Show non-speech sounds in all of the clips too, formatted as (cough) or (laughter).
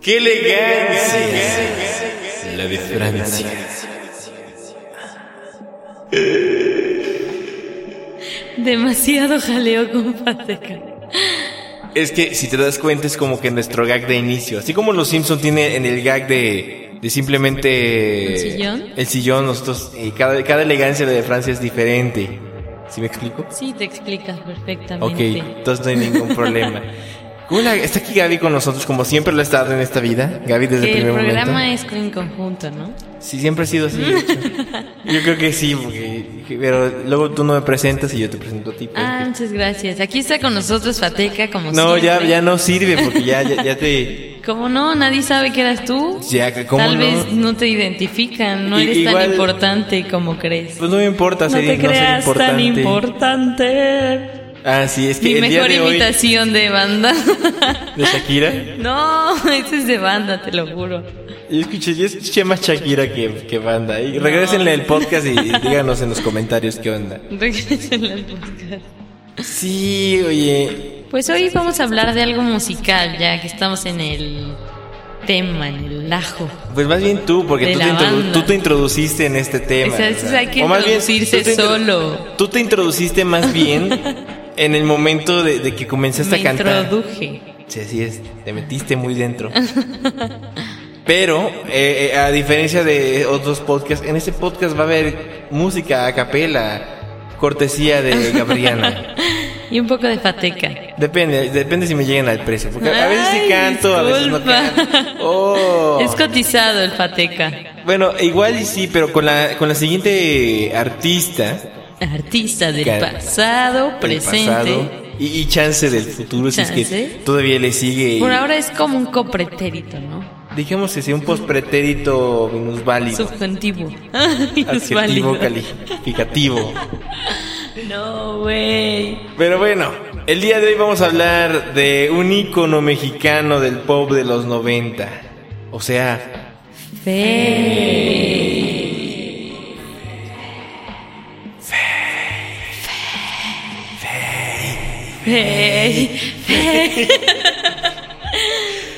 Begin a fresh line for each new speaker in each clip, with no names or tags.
¡Qué elegancia! La de Francia.
Demasiado jaleo con Pateca.
Es que si te das cuenta es como que nuestro gag de inicio. Así como los Simpson tiene en el gag de, de simplemente...
¿El sillón?
El sillón, nosotros... eh, cada, cada elegancia de Francia es diferente. ¿Sí me explico?
Sí, te explicas
Ok,
perfectamente.
entonces no hay ningún
(laughs)
problema. Hola, está aquí Gaby con nosotros como siempre lo ha estado en esta vida. Gaby desde el
Que el
primer
programa
momento.
es en conjunto, ¿no?
Sí, siempre ha sido así. de
(laughs)
hecho. Yo creo que sí, porque, pero luego tú no me presentas y yo te presento a ti. pues,
Ah, muchas gracias. Aquí está con nosotros Pateca, como
que- no, ya,
siempre.
ya no sirve porque ya, ya, ya te...
¿Cómo no? Nadie sabe que eras tú.
Ya, ¿cómo
Tal
no?
vez no te identifican, no
I-
eres
igual-
tan importante como crees.
Pues no me importa,
no
Siri,
te
soy
creas tan
importante.
importante.
Ah, sí, es que
Mi
el día
mejor
de hoy
imitación de banda. (laughs)
de Shakira,
no, ese es de banda, te lo juro.
yo escuché, yo escuché más Shakira que, que banda. Y regrésenle al podcast y, y díganos en los comentarios qué
(laughs)
onda.
Regresen al podcast.
Sí, oye,
Pues hoy vamos a hablar de algo musical, ya que estamos en el tema, en el ajo.
Pues más bien tú, porque
De
tú te,
la
introdu-
banda.
tú te introduciste en este tema.
O sea, es- hay que
O más bien,
introducirse
tú te intro-
solo.
Tú te introduciste más
(laughs)
bien en el momento de, de que comenzaste
Me
a cantar.
introduje.
Sí, así es, te metiste muy dentro. Pero, eh, eh, a diferencia de otros podcasts, en este podcast va a haber música a capela, cortesía de
(laughs)
Gabriela.
Y un poco de fateca.
depende, depende si me llegan al precio. Porque a veces sí
Ay,
canto, a veces no
disculpa.
canto. Oh.
Es cotizado el fateca.
Bueno, igual y sí, pero con la, con la siguiente artista.
Artista del
Cal-
pasado,
del
presente.
pasado, y, y chance del futuro, si es que
Chance.
todavía le sigue. y-
Por ahora es como un copretérito, ¿no?
Digamos que sea un pospretérito minusválido.
Subjuntivo. (laughs)
Adjetivo
Inválido.
calificativo.
No, güey.
Pero bueno, el día de hoy vamos a hablar de un ícono mexicano del pop de los 90. O sea,
Fe. Fe. Fe.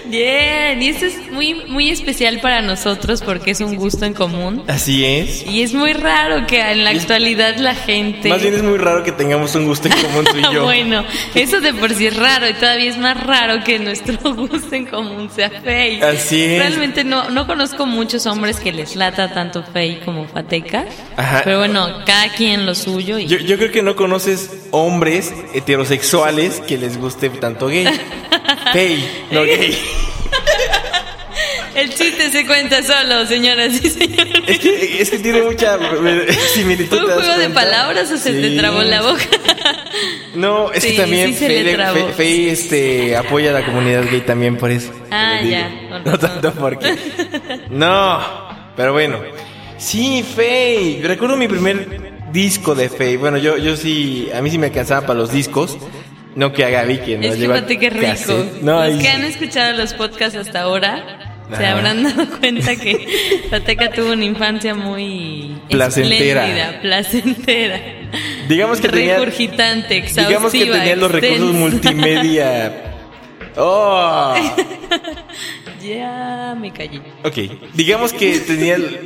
Bien, y esto es muy, muy especial para nosotros porque es un gusto en común.
así es.
Y es muy raro que en la actualidad la gente...
Más bien es muy raro que tengamos un gusto en común
(laughs)
tú y yo.
Ah, Bueno, eso de por sí es raro y todavía es más raro que nuestro (laughs) gusto en común sea Fey.
Así es.
Realmente no, no conozco muchos hombres que les lata tanto Fey como Fateca.
Ajá.
Pero bueno, cada quien lo suyo. Y...
Yo, yo creo que no conoces hombres heterosexuales que les guste tanto
(laughs)
gay. Gay, no gay.
El chiste se cuenta solo, señoras y señores.
(laughs) Es que, es que tiene mucha eh,
(laughs)
similitud.
¿Fue un
¿te das
juego de
cuenta?
palabras o se te
Sí.
trabó
(laughs)
la boca?
No, es que
Sí,
también
sí se
Fey,
le
le-
trabó.
Fe- Fey, este, apoya a la comunidad gay también por eso.
Ah,
Te lo
ya,
digo. (laughs)
con
No
razón.
tanto porque. No, pero bueno. Sí, Fey. Recuerdo mi primer disco de Fey. Bueno, yo, yo sí, a mí sí me alcanzaba para los discos. No que a Gaby, que no
es que
lleva
Fateca es rico.
cassette. No,
Los
y-
que han escuchado los podcasts hasta ahora se
Ajá.
habrán dado (laughs) cuenta que Fateca tuvo una infancia muy
Placentera.
espléndida, placentera.
digamos que tenía,
regurgitante, exhaustiva.
digamos que tenía los recursos
extensa.
multimedia. Oh,
(laughs) Ya me callé.
ok. Digamos que tenía, el-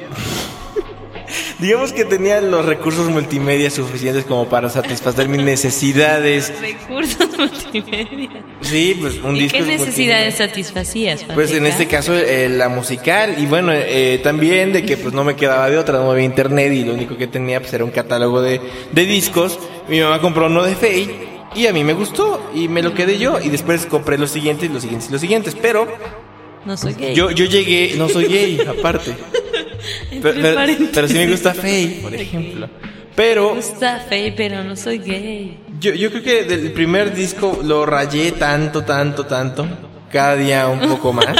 (laughs) digamos que tenía los recursos multimedia suficientes como para satisfacer mis necesidades.
Recursos multimedia.
Sí, pues un
¿Y
disco.
qué
es multimedia.
necesidades satisfacías?
Pues en
Fateca?
este caso eh, la musical y bueno, eh, también de que pues no me quedaba de otra, no había internet y lo único que tenía pues era un catálogo de, de discos. Mi mamá compró uno de Faye y a mí me gustó y me lo quedé yo y después compré los siguientes, los siguientes y los siguientes, pero
No soy gay.
yo, yo llegué, no soy gay aparte,
Entre
pero, pero-
paréntesis.
pero sí me gusta Faye, por ejemplo. Pero
gusta Faye, pero no soy gay.
yo, yo creo que del primer disco lo rayé tanto, tanto, tanto. Cada día un poco
(laughs)
más.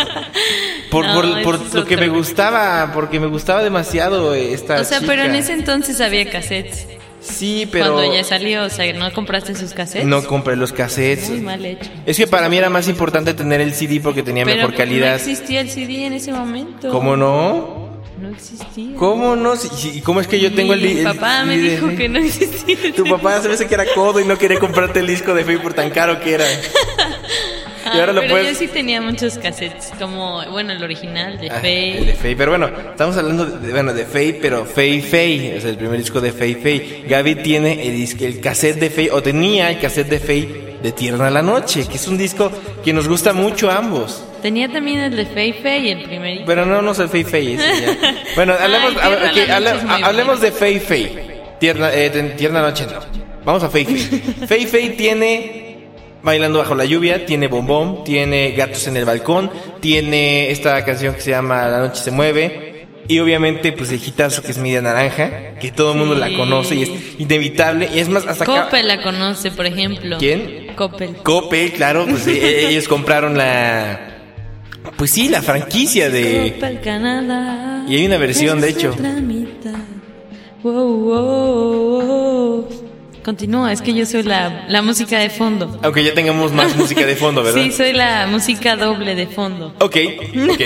Por,
No,
por,
ese
por
es
lo que me
otro.
gustaba, porque me gustaba demasiado eh, esta
O sea, pero en
chica.
ese entonces había cassettes.
Sí, pero...
Cuando ya salió, o sea, ¿no compraste sus cassettes?
No compré los cassettes.
Muy mal hecho.
Es que para mí era más importante tener el CD porque tenía
Pero
mejor
no
calidad.
existía el CD en ese momento.
¿Cómo no?
No existía.
¿Cómo no? Si- si- ¿Cómo es que yo tengo el,
Mi
li- el
papá me
CD?
dijo que no existía. el
Tu
CD.
papá se me hace que era codo y no quería comprarte el disco de Facebook por tan caro que era.
Ah,
y ahora lo
pero
puedes-
yo sí tenía muchos cassettes, como, bueno, el original de
Ah,
Faye.
el de Faye, pero bueno, estamos hablando de, bueno, de Faye, pero Faye Faye, es el primer disco de Faye Faye. Gaby tiene el, disco- el cassette de Faye, o tenía el cassette de Faye de Tierna la Noche, que es un disco que nos gusta mucho a ambos.
Tenía también el de Faye Faye, el primerito.
Pero no, no soy Fei Fei. ese
(laughs)
ya. Bueno,
Ay,
hablemos,
Tierna
hab- ok,
la
hable-
Noche es muy
hablemos de
buena.
Fei Fei. Tierna, eh, ten- tierna noche, no. Vamos a Fei
(laughs)
Fei. Fei Fei tiene Bailando bajo la lluvia, tiene Bombón, tiene Gatos en el balcón, tiene esta canción que se llama La noche se mueve. Y obviamente, pues el hitazo que es Media Naranja, que todo el mundo la
Sí.
conoce y es inevitable. Y es más, hasta acá-
Coppel la conoce, por ejemplo.
¿Quién?
Coppel.
Coppel, claro, pues eh, ellos compraron la. Pues sí, la franquicia de.
Coppel Canadá.
Eh, Y hay una versión, de
Es
hecho.
otra mitad. Wow, wow, wow. Continúa, es que yo soy la, la música de fondo.
Aunque ya tengamos más música de fondo, ¿verdad?
Sí, soy la música doble de fondo.
Ok, ok.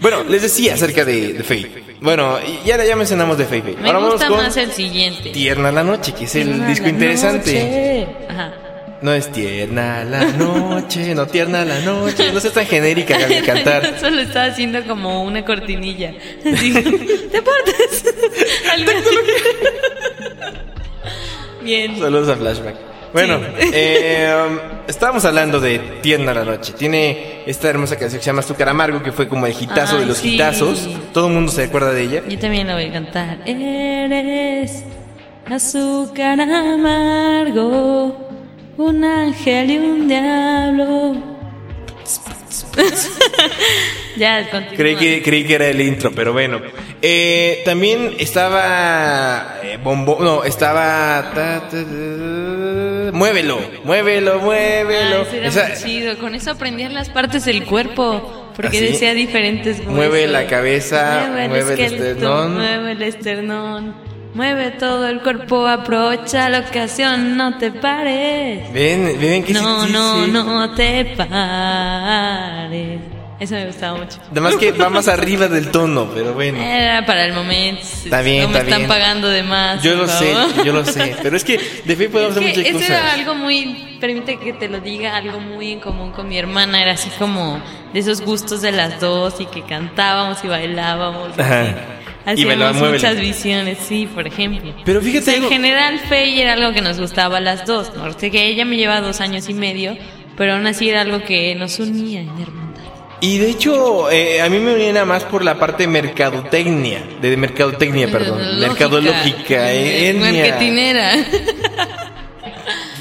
Bueno, les decía acerca de, de Faye. Bueno, y ya, ya mencionamos de Faye. Faye.
Me
Ahora
gusta
vamos
más
con
el siguiente.
Tierna la Noche, que es el
Tierna
disco
la
interesante.
noche. Ajá.
No es Tierna la Noche, no Tierna la Noche. No seas tan genérica
(laughs)
Gaby, cantar.
Solo estaba haciendo como una cortinilla. Así, (laughs) Deportes. (laughs) Algo así. Bien.
Saludos a Flashback. Bueno,
Sí.
eh, estábamos hablando de Tierna la Noche. Tiene esta hermosa canción que se llama Azúcar Amargo, que fue como el hitazo
Ay,
de los
sí.
hitazos. Todo el mundo se acuerda de ella.
Yo también la voy a cantar. Eres azúcar amargo, un ángel y un diablo. (laughs) ya, continúa.
Creí que, creí que era el intro, pero bueno. Eh, también estaba. eh, bombo, no, estaba. ta, ta, ta, muévelo, muévelo,
Ay,
muévelo.
eso Ah, era
Esa-
muy chido. Con eso aprendías las partes del cuerpo. Porque
¿Ah, sí?
decía diferentes huesos.
Mueve la cabeza, mueve el
esqueleto,
esternón.
Mueve el esternón. Mueve todo el cuerpo, aprovecha la ocasión, no te pares.
ven, ven que sí,
No,
sí,
no,
sí.
no te pares. Eso me gustaba mucho.
Nada más que va más arriba del tono, pero bueno.
Era para el momento.
Está bien,
No me
está
están
bien.
pagando de más.
Yo
por
lo sé,
favor.
yo lo sé.
(laughs)
Pero es que de fe podemos
Es
hacer
que
muchas
eso era
cosas.
algo muy, permite que te lo diga, algo muy en común con mi hermana. Era así como de esos gustos de las dos y que cantábamos y bailábamos. y
Ajá.
así.
Y bailaba,
Hacíamos
muévele.
muchas visiones, sí, por ejemplo.
Pero fíjate
O sea,
algo-
En general, Faye era algo que nos gustaba a las dos. ¿no? Porque que ella me lleva dos años y medio, pero aún así era algo que nos unía en hermandad.
Y de hecho, eh, a mí me viene nada más por la parte mercadotecnia. De mercadotecnia, perdón.
Lógica.
Mercadológica. eh, etnia.
Marketinera.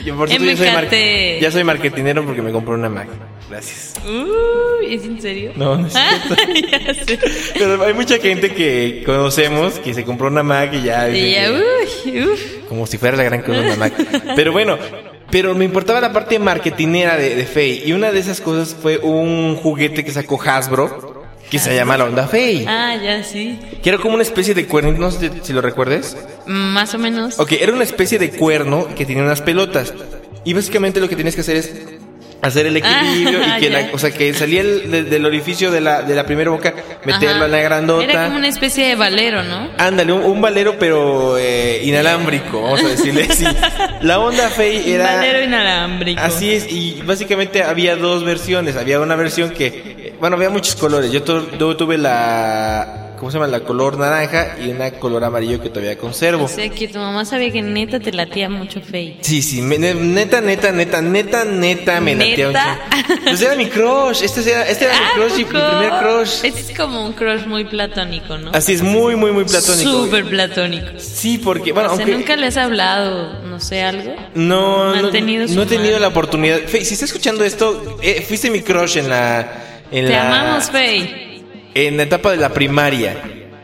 Yo, por cierto, ya soy, mar-
Emecate.
ya soy marketinero porque me compré una Mac. Gracias.
(laughs) Uy, ¿Es en serio? Ah,
No, no es cierto.
(laughs) ya sé.
Pero hay mucha gente que conocemos que se compró una Mac y ya. dice
Y ya,
que-
uy, uf.
Como si fuera la gran cosa una Mac. Pero bueno, pero me importaba la parte marketinera de, de Faye. Y una de esas cosas fue un juguete que sacó Hasbro que se llama la onda Faye.
Ah, ya sí.
Que era como una especie de cuerno, no sé si lo recuerdes.
Más o menos.
Ok, era una especie de cuerno que tenía unas pelotas. Y básicamente lo que tienes que hacer es hacer el equilibrio
Ah, (laughs)
y que la,
ya.
o sea, que salía el- de- del orificio de la, de la primera boca, meterlo
Ajá.
en la grandota.
Era como una especie de valero, ¿no?
Ándale, un, un valero pero eh, inalámbrico, vamos a decirle así. La onda Fey
Un
era...
Valero inalámbrico.
Así es, y básicamente había dos versiones. Había una versión que, eh, bueno, había muchos colores. Yo, tu- yo tuve la, ¿cómo se llama? La color naranja y una color amarillo que todavía conservo.
O sea, que tu mamá sabía que neta te latía mucho Faye.
Sí, sí, me- ne- neta, neta, neta, neta, neta, me latea un
¿Neta?
chingo. Pues era mi crush, este era, este era mi crush y mi primer crush.
Este es como un crush muy platónico, ¿no?
Así es, muy, muy, muy platónico.
Súper platónico.
Sí, porque, bueno,
O sea,
aunque...
nunca le has hablado, no sé, algo.
No, no,
Mantenido su
no he tenido
mano.
la oportunidad. Fe, si está escuchando esto, eh, fuiste mi crush en la... En
Te
la,
amamos, Faye.
En la etapa de la primaria.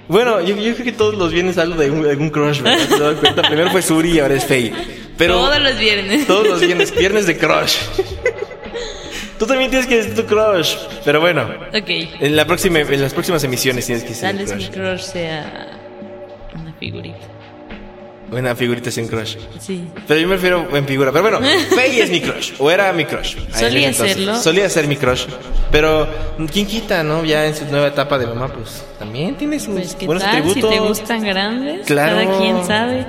Bueno, yo, yo creo que todos los viernes algo de un- algún crush, ¿verdad? ¿Te has dado cuenta? Primero fue Suri y ahora es Faye. Pero
Todos los viernes.
todos los viernes, viernes de crush. Tú también tienes que decir tu crush. Pero bueno,
(laughs) Ok.
en, la próxima, en las próximas emisiones tienes que
Tal
decir el
vez mi
crush.
crush sea una figurita.
Una figurita sin crush.
Sí.
Pero yo me refiero en figura. Pero bueno, Faye es mi crush. O era mi crush. Ahí en ese
Solía
entonces.
serlo.
Solía ser mi crush. Pero, ¿quién quita, no? Ya en su nueva etapa de mamá, pues también tiene sus
Pues qué
buenos
tal
atributos.
si te gustan grandes.
Claro.
Cada quien sabe.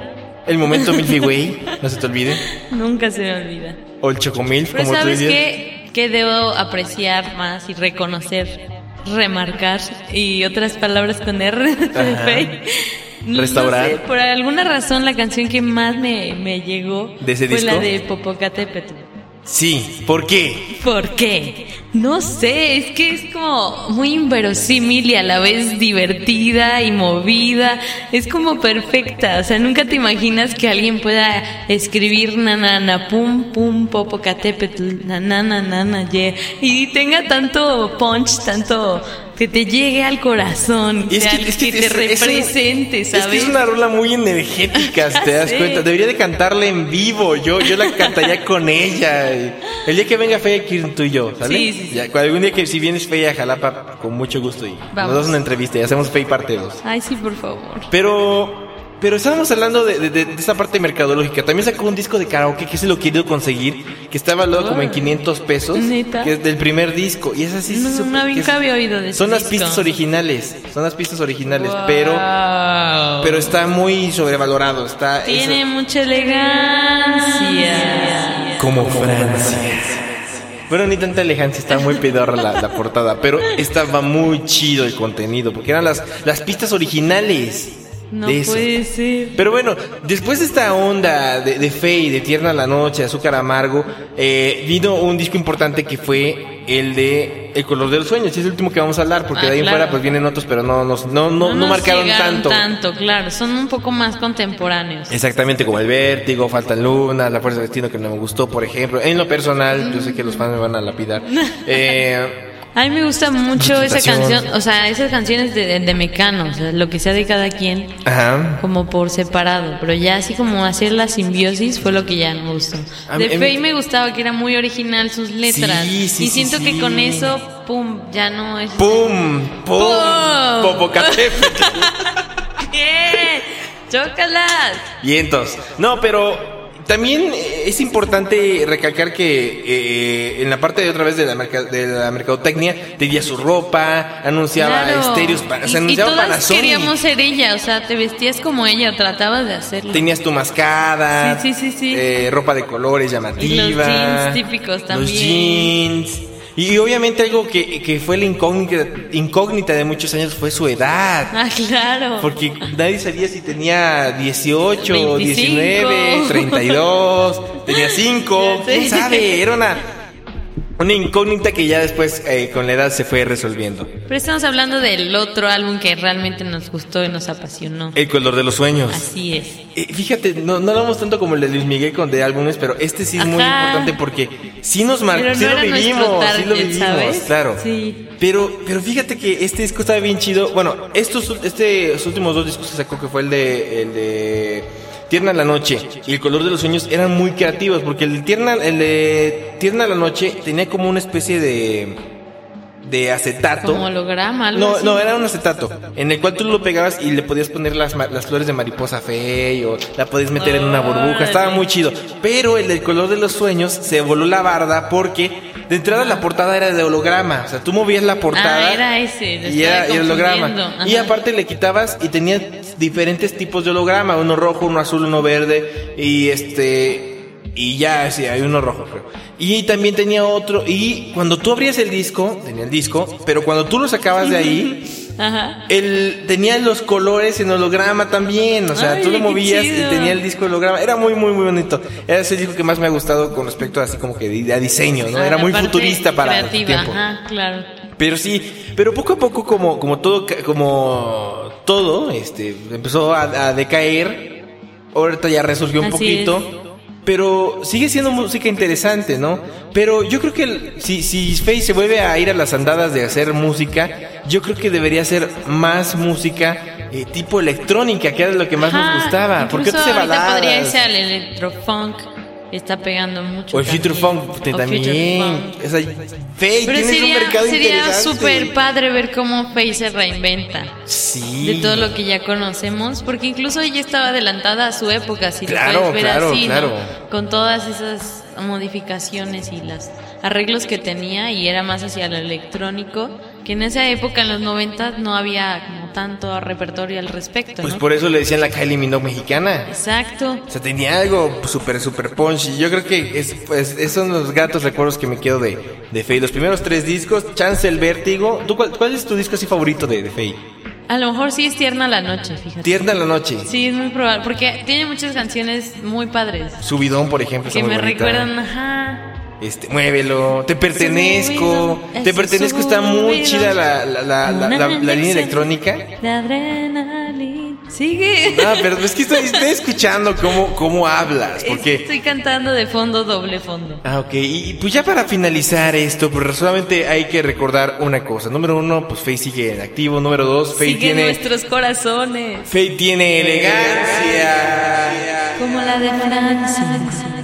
El momento Milky Way, no se te olvide.
Nunca se me olvida.
O el Chocomilf,
Pero
como tú
sabes
dices.
qué? que debo apreciar más y reconocer, remarcar y otras palabras con R (laughs) de fe. No- no
Restaurar.
sé, por alguna razón la canción que más me, me llegó
¿De ese
fue la
disco?
de Popocatépetl.
Sí, ¿por qué?
¿Por qué? No sé, es que es como muy inverosímil y a la vez divertida y movida. Es como perfecta. O sea, nunca te imaginas que alguien pueda escribir nanana pum pum popocatépetl nanana nana ye y tenga tanto punch, tanto que te llegue al corazón,
Y
o sea, que, te
es- es-
represente,
es que
¿sabes?
es una rola muy energética, si te
Ya
das
sé.
cuenta. Debería de cantarla en vivo. Yo, yo la cantaría con ella. El día que venga Feya aquí tú y yo, ¿sale?
Sí, sí, sí.
Ya, cu- algún día que si vienes Feya a Jalapa, con mucho gusto. Y
Vamos.
Nos das una entrevista y hacemos Fey parte 2.
Ay, sí, por favor.
Pero, pero estábamos hablando de, de- de- de esa parte mercadológica. También sacó un disco de karaoke que se lo he querido conseguir, que está valuado como en 500 pesos.
Ah, ¿Neta?
Que es del primer disco. Y es así.
No, nunca había oído de ese
Son las
disco.
pistas originales. Son las pistas originales. Pero, pero está muy sobrevalorado. Está
Tiene mucha elegancia.
como Francia. Bueno, ni tanta elegancia, está muy pedorra la, la portada, pero estaba muy chido el contenido, porque eran las, las pistas originales
No
de eso.
puede ser.
Pero bueno, después de esta onda de, de fe y de tierna la noche, azúcar amargo, eh, vino un disco importante que fue el de El color de los sueños. y Es el último que vamos a hablar, porque
Ah,
de ahí en
claro.
fuera pues vienen otros, pero no, no, no, no, no
nos
marcaron
llegaron
tanto.
claro. Son un poco más contemporáneos.
Exactamente, como el vértigo, faltan lunas, la fuerza del destino que no me gustó, por ejemplo. En lo personal, yo sé que los fans me van a
(laughs)
lapidar. Eh,
A mí me gusta mucho esa
Presentación.
canción. O sea, esas canciones de, de, de Mecano. O sea, lo que sea de cada quien.
ajá.
Como por separado. Pero ya así como hacer la simbiosis fue lo que ya no me gustó.
A
De
mí- a mí-
Faye me gustaba que era muy original sus letras.
Sí, sí,
y
sí,
siento
sí.
que con eso, pum, ya no es.
¡Pum! ¡Pum!
¡Pum!
Popocatépetl.
¡Bien! ¡Chócalas!
Vientos. No, pero también eh, es importante recalcar que eh, en la parte de otra vez de la, merca- de la mercadotecnia tenía su ropa, anunciaba
Claro.
estéreos, para, o sea,
y, y
anunciaba
todas
Panasonic.
queríamos ser ella, o sea, te vestías como ella, o tratabas de hacerlo.
Tenías tu mascada,
Sí, sí, sí, sí.
eh, ropa de colores llamativa,
Y los jeans típicos
los
también.
jeans. Y obviamente algo que, que fue la incógnita, incógnita de muchos años fue su edad.
Ah, claro.
Porque nadie sabía si tenía 18,
25.
19, 32, tenía 5,
Ya sé.
quién sabe, era una, una incógnita que ya después eh, con la edad se fue resolviendo.
Pero estamos hablando del otro álbum que realmente nos gustó y nos apasionó.
El color de los sueños.
Así es.
Eh, fíjate, no, no hablamos tanto como el de Luis Miguel con de álbumes, pero este sí es muy
Ajá.
importante porque sí nos marcó,
Pero
sí
no
lo
era nuestro
vivimos, sí lo
target,
vivimos,
¿sabes?
claro.
Sí.
Pero, pero fíjate que este disco estaba bien chido. Bueno, estos este, los últimos dos discos que sacó, que fue el de, el de Tierna la Noche y El Color de los Sueños, eran muy creativos. Porque el de Tierna, el de Tierna la Noche tenía como una especie de, de acetato.
Como holograma, algo
No,
así.
no, era un acetato en el cual tú lo pegabas y le podías poner las, ma- las flores de mariposa fe o la podías meter en una
Ah,
burbuja. Estaba muy chido. Pero el del color de los sueños se voló la barda porque de entrada la portada era de holograma. O sea, tú movías la portada.
Ah, era ese, lo
Y era,
estaba
y era holograma.
confundiendo,
Y
ajá.
aparte le quitabas y tenía diferentes tipos de holograma: uno rojo, uno azul, uno verde. Y este. Y ya, sí, hay uno rojo, creo. Y también tenía otro. Y cuando tú abrías el disco, tenía el disco, pero cuando tú lo sacabas de ahí.
(laughs) Ajá.
El, tenía los colores en holograma también, o sea,
Ay,
tú lo
qué
movías y
chido.
tenía el disco holograma. Era muy, muy, muy bonito. Era ese disco que más me ha gustado con respecto a así como que di- a diseño, ¿no?
Ah,
Era
la
muy
parte
futurista para el
creativa,
tiempo.
Ajá, claro.
Pero sí, pero poco a poco como, como todo, ca- como todo, este, empezó a, a decaer. Ahorita ya resurgió un
Así
poquito.
es.
Pero sigue siendo música interesante, ¿no? Pero yo creo que el- si, si Faye se vuelve a ir a las andadas de hacer música, yo creo que debería hacer más música eh, tipo electrónica, que era lo que más
Ajá,
nos gustaba. ¿Por qué
incluso
te
ahorita podría
baladas?
irse al electrofunk. Está pegando mucho.
O el Future
también.
Funk
O
te- también.
Future Funk.
O sea, Faye,
Pero
tienes un
sería,
mercado
sería
interesante.
súper padre ver cómo Faye se reinventa
Sí.
de todo lo que ya conocemos, porque incluso ella estaba adelantada a su época, si
Claro,
lo puedes ver
claro,
así, ¿no?
claro.
con todas esas modificaciones y los arreglos que tenía y era más hacia lo electrónico, que en esa época, en los 90, no había como tanto repertorio al respecto.
Pues
¿no?
por eso le decían la Kylie Minogue mexicana.
Exacto.
O sea, tenía algo súper, súper punchy. Yo creo que es, pues, esos son los gatos recuerdos que me quedo de, de Faye. Los primeros tres discos, Chance el Vértigo. ¿Tú cuál, cuál es tu disco así favorito de, de Faye?
A lo mejor sí es tierna la noche, fíjate.
Tierna la Noche.
Sí, es muy probable, porque tiene muchas canciones muy padres
Subidón, por ejemplo. está
que
muy
me
bonita. ¿eh?
recuerdan, Pues ajá.
Este, muévelo, te pertenezco.
Súbelo,
Te pertenezco, está muy
súbelo.
chida la, la, la, la- la- la línea electrónica.
De adrenalina. Sigue.
Ah, pero es que estoy, estoy escuchando cómo, cómo hablas,
Es que
porque...
Estoy cantando de fondo, doble fondo.
Ah, ok, y y pues ya para finalizar esto, pues solamente hay que recordar una cosa. Número uno, pues Faye sigue en activo. Número dos, Faye
Sigue
tiene...
nuestros corazones.
Faye tiene elegancia.
Como la de Francia.